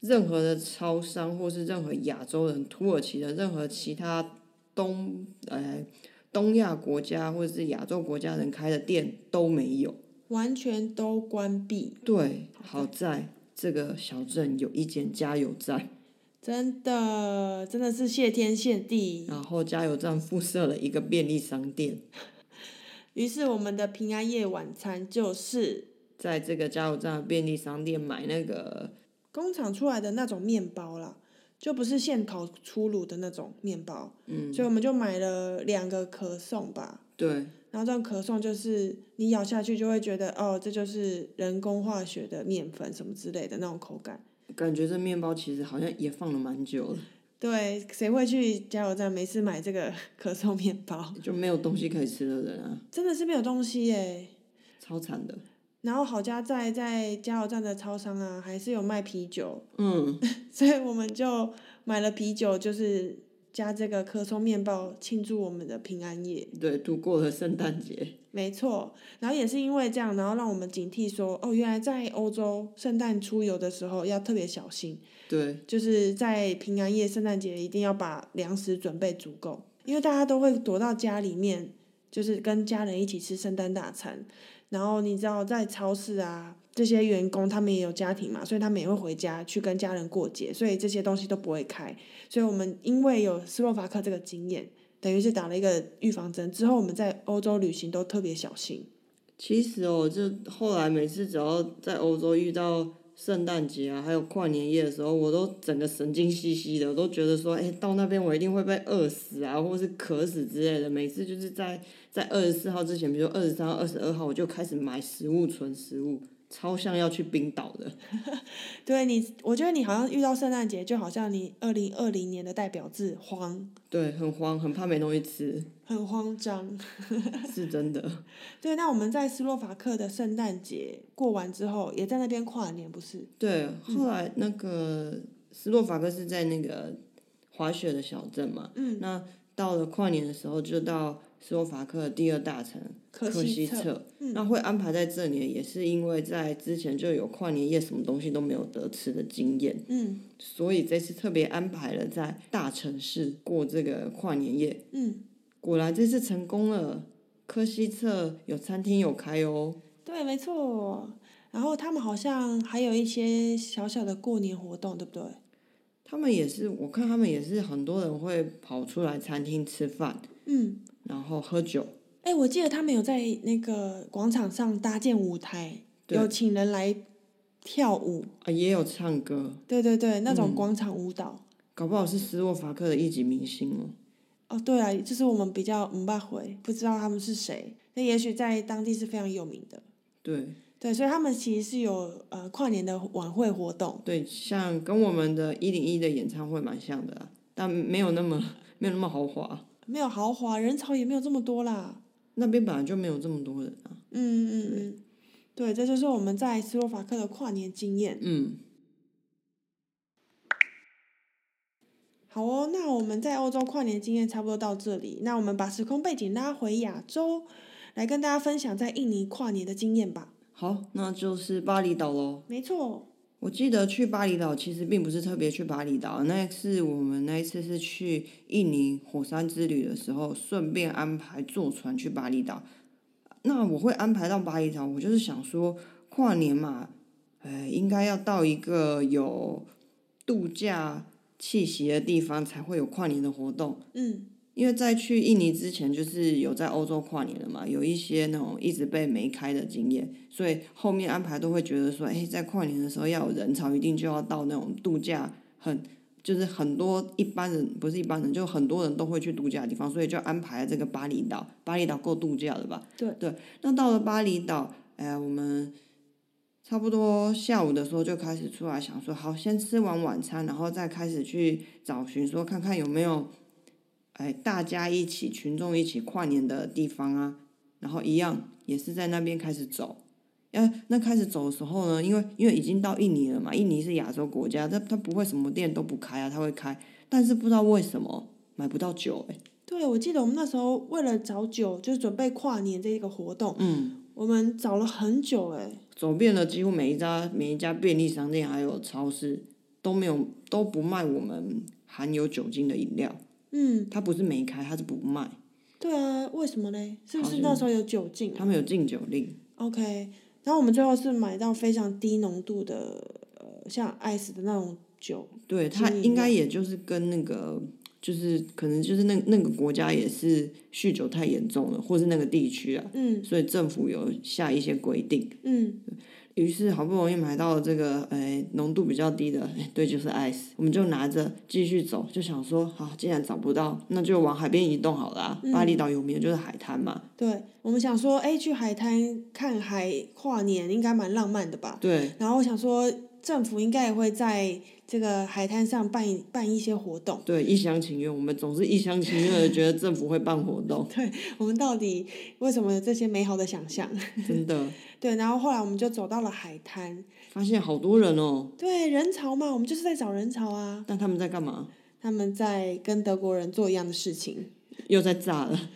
B: 任何的超商或是任何亚洲人、土耳其人、任何其他东哎东亚国家或者是亚洲国家人开的店都没有。
A: 完全都关闭，
B: 对，
A: 好
B: 好在这个小镇有一间加油站。
A: 真的真的是谢天谢地。
B: 然后加油站附设了一个便利商店，
A: 于是我们的平安夜晚餐就是
B: 在这个加油站的便利商店买那个，
A: 工厂出来的那种面包啦，就不是现烤出炉的那种面包，
B: 嗯，
A: 所以我们就买了两个可颂吧。
B: 对
A: 然后这种咳嗽就是你咬下去就会觉得哦，这就是人工化学的面粉什么之类的那种口感。
B: 感觉这面包其实好像也放了蛮久了，
A: 对，谁会去加油站没事买这个 *laughs* 咳嗽面包？
B: 就没有东西可以吃的人啊，
A: 真的是没有东西耶。
B: 超惨的。
A: 然后好家在在加油站的超商啊，还是有卖啤酒， *laughs*
B: 嗯，
A: 所以我们就买了啤酒，就是加这个咳嗽面包庆祝我们的平安夜。
B: 对，度过了圣诞节，
A: 没错，然后也是因为这样，然后让我们警惕说，哦，原来在欧洲圣诞出游的时候要特别小心。
B: 对，
A: 就是在平安夜、圣诞节一定要把粮食准备足够，因为大家都会躲到家里面，就是跟家人一起吃圣诞大餐。然后你知道，在超市啊，这些员工他们也有家庭嘛，所以他们也会回家去跟家人过节，所以这些东西都不会开。所以我们因为有斯洛伐克这个经验，等于是打了一个预防针，之后我们在欧洲旅行都特别小心。
B: 其实哦，就后来每次只要在欧洲遇到圣诞节啊，还有跨年夜的时候，我都整个神经兮兮的，我都觉得说，哎、到那边我一定会被饿死啊，或是渴死之类的。每次就是在在二十四号之前，比如二十三、二十二号，我就开始买食物存食物，超像要去冰岛的。
A: 对你，我觉得你好像遇到圣诞节，就好像你二零二零年的代表字慌，
B: 对，很慌，很怕没东西吃，
A: 很慌张。
B: 是真的。
A: 对，那我们在斯洛伐克的圣诞节过完之后，也在那边跨年，不是？
B: 对，后来那个斯洛伐克是在那个滑雪的小镇嘛，嗯，那到了跨年的时候就到斯洛伐克的第二大城
A: 科
B: 科西嗯
A: 西特
B: 特，那会安排在这里，也是因为在之前就有跨年夜什么东西都没有得吃的经验，
A: 嗯
B: 所以这次特别安排了在大城市过这个跨年夜。
A: 嗯，
B: 果然这次成功了，科西特有餐厅有开哦，
A: 对，没错。然后他们好像还有一些小小的过年活动，对不对？
B: 他们也是，我看他们也是很多人会跑出来餐厅吃饭，
A: 嗯，
B: 然后喝酒。
A: 哎、我记得他们有在那个广场上搭建舞台，
B: 对
A: 有请人来跳舞，
B: 啊，也有唱歌，
A: 对对对，那
B: 嗯
A: 种广场舞蹈。
B: 搞不好是斯洛伐克的一级明星哦。
A: 哦，对啊，就是我们比较嗯吧回，不知道他们是谁，那也许在当地是非常有名的。
B: 对
A: 对，所以他们其实是有呃跨年的晚会活动。
B: 对，像跟我们的一零一的演唱会蛮像的啊，但没有那么 *laughs* 没有那么豪华。
A: 没有豪华，人潮也没有这么多啦。
B: 那边本来就没有这么多人啊。
A: 嗯嗯嗯，对，这就是我们在斯洛伐克的跨年经验。
B: 嗯，
A: 好哦，那我们在欧洲跨年经验差不多到这里，那我们把时空背景拉回亚洲，来跟大家分享在印尼跨年的经验吧。
B: 好，那就是巴厘岛喽。
A: 没错，
B: 我记得去巴厘岛其实并不是特别去巴厘岛，那是我们那一次是去印尼火山之旅的时候，顺便安排坐船去巴厘岛。那我会安排到巴厘岛，我就是想说跨年嘛，呃，应该要到一个有度假气息的地方才会有跨年的活动。
A: 嗯，
B: 因为在去印尼之前，就是有在欧洲跨年了嘛，有一些那种一直被没开的经验，所以后面安排都会觉得说，哎，在跨年的时候要有人潮，一定就要到那种度假很。就是很多一般人不是一般人，就很多人都会去度假的地方，所以就安排了这个巴厘岛。巴厘岛够度假了吧？
A: 对
B: 对。那到了巴厘岛，哎、我们差不多下午的时候就开始出来，想说好，先吃完晚餐，然后再开始去找寻说看看有没有哎，大家一起、群众一起跨年的地方啊，然后一样也是在那边开始走。呃，那开始走的时候呢，因为因为已经到印尼了嘛，印尼是亚洲国家，它它不会什么店都不开啊，它会开，但是不知道为什么买不到酒哎、
A: 对，我记得我们那时候为了找酒，就是准备跨年这个活动，
B: 嗯，
A: 我们找了很久哎、
B: 走遍了几乎每一家每一家便利商店还有超市都没有都不卖我们含有酒精的饮料，
A: 嗯，
B: 它不是没开，它是不卖，
A: 对啊，为什么嘞？是不
B: 好
A: 是
B: 像
A: 那时候有酒精啊
B: 他们有禁酒令。
A: ？OK，然后我们最后是买到非常低浓度的，呃，像 ice 的那种酒，
B: 对他
A: 经营
B: 应该也就是跟那个，就是可能就是那那个国家也是酗酒太严重了，或是那个地区啊，
A: 嗯
B: 所以政府有下一些规定。
A: 嗯，
B: 于是好不容易买到这个，哎，浓度比较低的，哎，对，就是 ice，我们就拿着继续走，就想说，好、既然找不到，那就往海边移动好了、啊。巴厘岛有名的就是海滩嘛，
A: 对，我们想说，哎，去海滩看海跨年应该蛮浪漫的吧？
B: 对，
A: 然后我想说，政府应该也会在这个海滩上办一办一些活动。
B: 对，一厢情愿，我们总是一厢情愿的觉得政府会办活动，
A: 我们到底为什么有这些美好的想象？ *laughs*
B: 真的
A: 对，然后后来我们就走到了海滩，
B: 发现好多人哦，
A: 对，人潮嘛，我们就是在找人潮啊。
B: 但他们在干嘛？
A: 他们在跟德国人做一样的事情，
B: 又在炸了。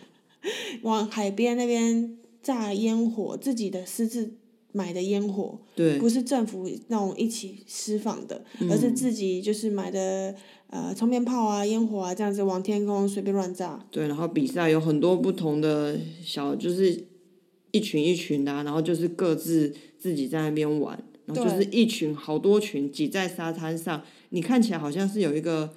A: 往海边那边炸烟火，自己的私自买的烟火，
B: 对，
A: 不是政府那种一起释放的，而是自己就是买的呃充电炮啊、烟火啊这样子往天空随便乱炸。
B: 对，然后比赛有很多不同的小，就是一群一群的啊、然后就是各自自己在那边玩，然后就
A: 对
B: 是一群好多群挤在沙滩上，你看起来好像是有一个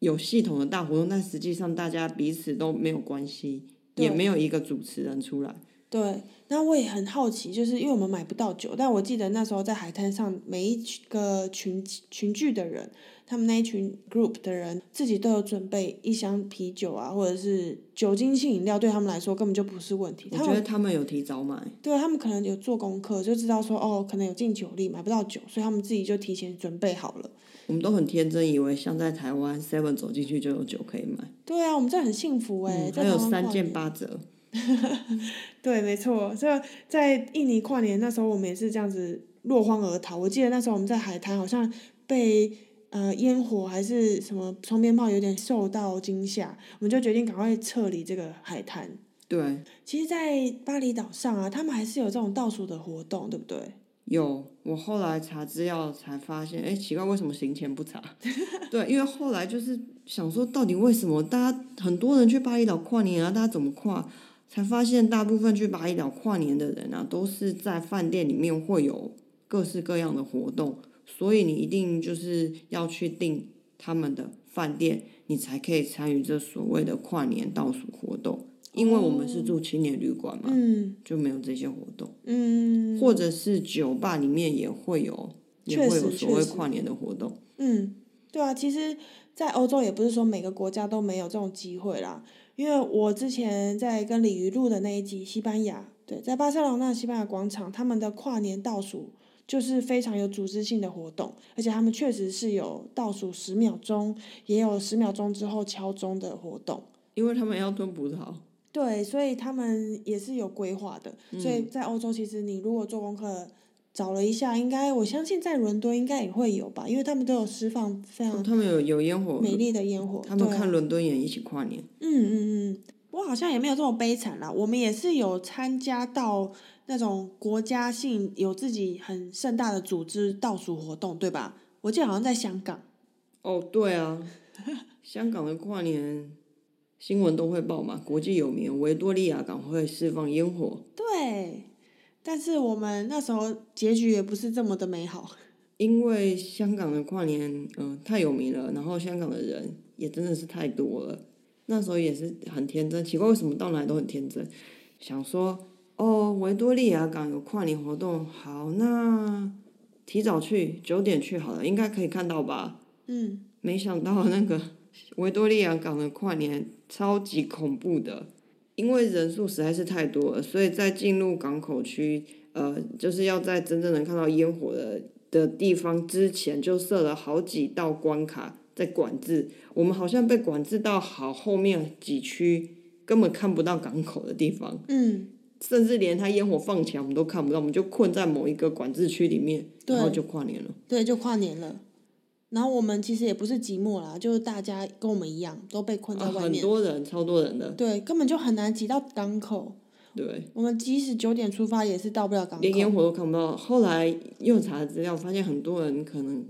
B: 有系统的大活动，但实际上大家彼此都没有关系，也
A: 对
B: 没有一个主持人出来。
A: 对，那我也很好奇，就是因为我们买不到酒，但我记得那时候在海滩上，每一个群群聚的人，他们那一群 group 的人自己都有准备一箱啤酒啊，或者是酒精性饮料，对他们来说根本就不是问题。
B: 我
A: 他
B: 觉
A: 们
B: 得他们有提早买，
A: 对他们可能有做功课，就知道说哦，可能有禁酒令，买不到酒，所以他们自己就提前准备好了。
B: 我们都很天真，以为像在台湾 Seven 走进去就有酒可以买，
A: 对啊，我们真的很幸福哎、
B: 嗯，
A: 在
B: 还有
A: 台湾
B: 三
A: 跨
B: 件
A: 年。
B: 八折。
A: 对，没错，这在印尼跨年那时候，我们也是这样子落荒而逃。我记得那时候我们在海滩，好像被呃烟火还是什么冲天炮有点受到惊吓，我们就决定赶快撤离这个海滩。
B: 对，
A: 其实，在巴厘岛上啊，他们还是有这种倒数的活动，对不对？
B: 有，我后来查资料才发现，哎，奇怪，为什么行前不查？ *laughs* 对，因为后来就是想说，到底为什么大家很多人去巴厘岛跨年啊？大家怎么跨？才发现大部分去巴厘岛跨年的人啊，都是在饭店里面会有各式各样的活动，所以你一定就是要去订他们的饭店，你才可以参与这所谓的跨年倒数活动。因为我们是住青年旅馆嘛，
A: 嗯
B: 就没有这些活动，
A: 嗯
B: 或者是酒吧里面也会有，也
A: 确
B: 会
A: 实
B: 有所
A: 确
B: 谓
A: 实
B: 跨年的活动。
A: 嗯，对啊，其实，在欧洲也不是说每个国家都没有这种机会啦。因为我之前在跟鲤鱼录的那一集，西班牙，对，在巴塞罗那西班牙广场，他们的跨年倒数就是非常有组织性的活动，而且他们确实是有倒数十秒钟，也有十秒钟之后敲钟的活动。
B: 因为他们要蹲葡萄，
A: 对，所以他们也是有规划的。所以在欧洲，其实你如果做功课找了一下，应该我相信在伦敦应该也会有吧，因为他们都有释放非常
B: 他们有有烟火，
A: 美丽的烟火。
B: 他们
A: 对啊
B: 看伦敦眼一起跨年。
A: 嗯嗯嗯，不过好像也没有这么悲惨啦。我们也是有参加到那种国家性有自己很盛大的组织倒数活动，对吧？我记得好像在香港。
B: 哦，
A: *laughs*
B: 对啊，香港的跨年新闻都会报嘛，国际有名，维多利亚港会释放烟火，
A: 对，但是我们那时候结局也不是这么的美好。
B: 因为香港的跨年，嗯、太有名了，然后香港的人也真的是太多了。那时候也是很天真，奇怪为什么到哪里都很天真，想说哦，维多利亚港有跨年活动，好，那提早去，九点去好了，应该可以看到吧？
A: 嗯，
B: 没想到那个维多利亚港的跨年超级恐怖的，因为人数实在是太多了，所以在进入港口区，呃，就是要在真正能看到烟火的的地方之前，就设了好几道关卡在管制。我们好像被管制到好后面几区，根本看不到港口的地方，
A: 嗯，
B: 甚至连它烟火放起来我们都看不到，我们就困在某一个管制区里面，
A: 对
B: 然后就跨年了。
A: 对，就跨年了。然后我们其实也不是寂寞啦，就是大家跟我们一样都被困在
B: 啊
A: 外
B: 很
A: 面，
B: 多人，超多人的，
A: 对，根本就很难挤到港口。
B: 对。
A: 我们即使九点出发，也是到不了港口。
B: 连烟火都看不到。后来又查资料，发现很多人可能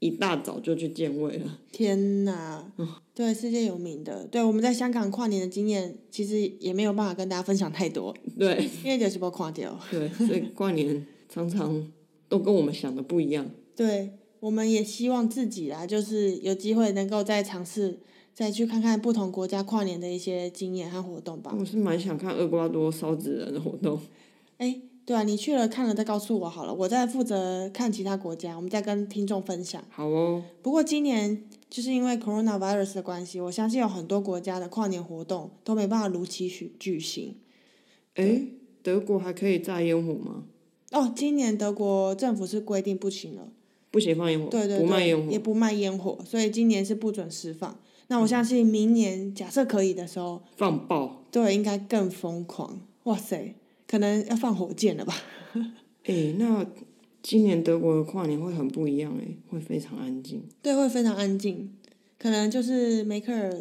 B: 一大早就去见位了。
A: 天呐，对，世界有名的，对，我们在香港跨年的经验，其实也没有办法跟大家分享太多，
B: 对
A: 因为就是被跨掉。
B: 对，所以跨年常常都跟我们想的不一样。
A: 对，我们也希望自己啦，就是有机会能够再尝试，再去看看不同国家跨年的一些经验和活动吧。
B: 我是蛮想看厄瓜多烧纸人的活
A: *laughs*
B: 动。
A: 哎，对啊，你去了看了再告诉我好了，我再负责看其他国家，我们再跟听众分享。
B: 好哦，
A: 不过今年就是因为 coronavirus 的关系，我相信有很多国家的跨年活动都没办法如期举举行。
B: 诶，德国还可以炸烟火吗？
A: 哦，今年德国政府是规定不行了，
B: 不行放烟火，
A: 对对对，
B: 不卖烟火。
A: 也不卖烟火，所以今年是不准释放。那我相信明年假设可以的时候，
B: 放爆。
A: 对，应该更疯狂。哇塞，可能要放火箭了吧？
B: 诶，那今年德国的跨年会很不一样诶，会非常安静。
A: 对，会非常安静，可能就是梅克尔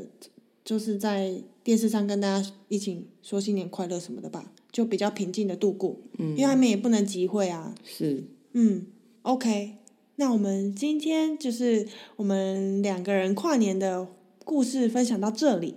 A: 就是在电视上跟大家一起说新年快乐什么的吧，就比较平静的度过，
B: 嗯
A: 因为他们也不能集会啊，
B: 是，
A: 嗯，OK，那我们今天就是我们两个人跨年的故事分享到这里。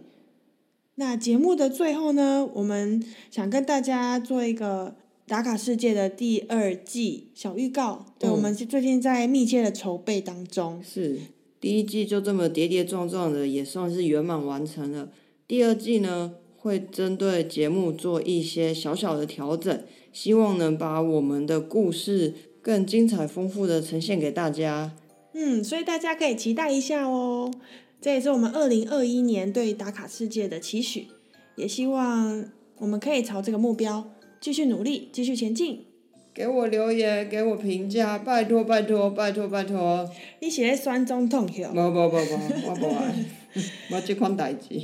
A: 那节目的最后呢，我们想跟大家做一个打卡世界的第二季小预告。对，我们是最近在密切的筹备当中。
B: 是，第一季就这么跌跌撞撞的，也算是圆满完成了。第二季呢，会针对节目做一些小小的调整，希望能把我们的故事更精彩丰富的呈现给大家。
A: 嗯，所以大家可以期待一下哦。这也是我们二零二一年对打卡世界的期许，也希望我们可以朝这个目标继续努力，继续前进。
B: 给我留言，给我评价，拜托拜托拜托拜托！
A: 你写在酸中痛哟。
B: 无无无无，我无 *laughs* 爱，无这款代志。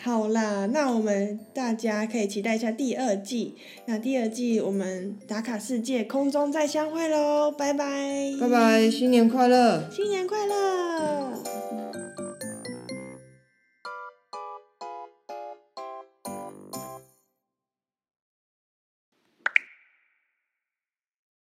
A: 好啦，那我们大家可以期待一下第二季。那第二季我们打卡世界空中再相会喽，拜拜，
B: 拜，拜，新年快乐！
A: 新年快乐。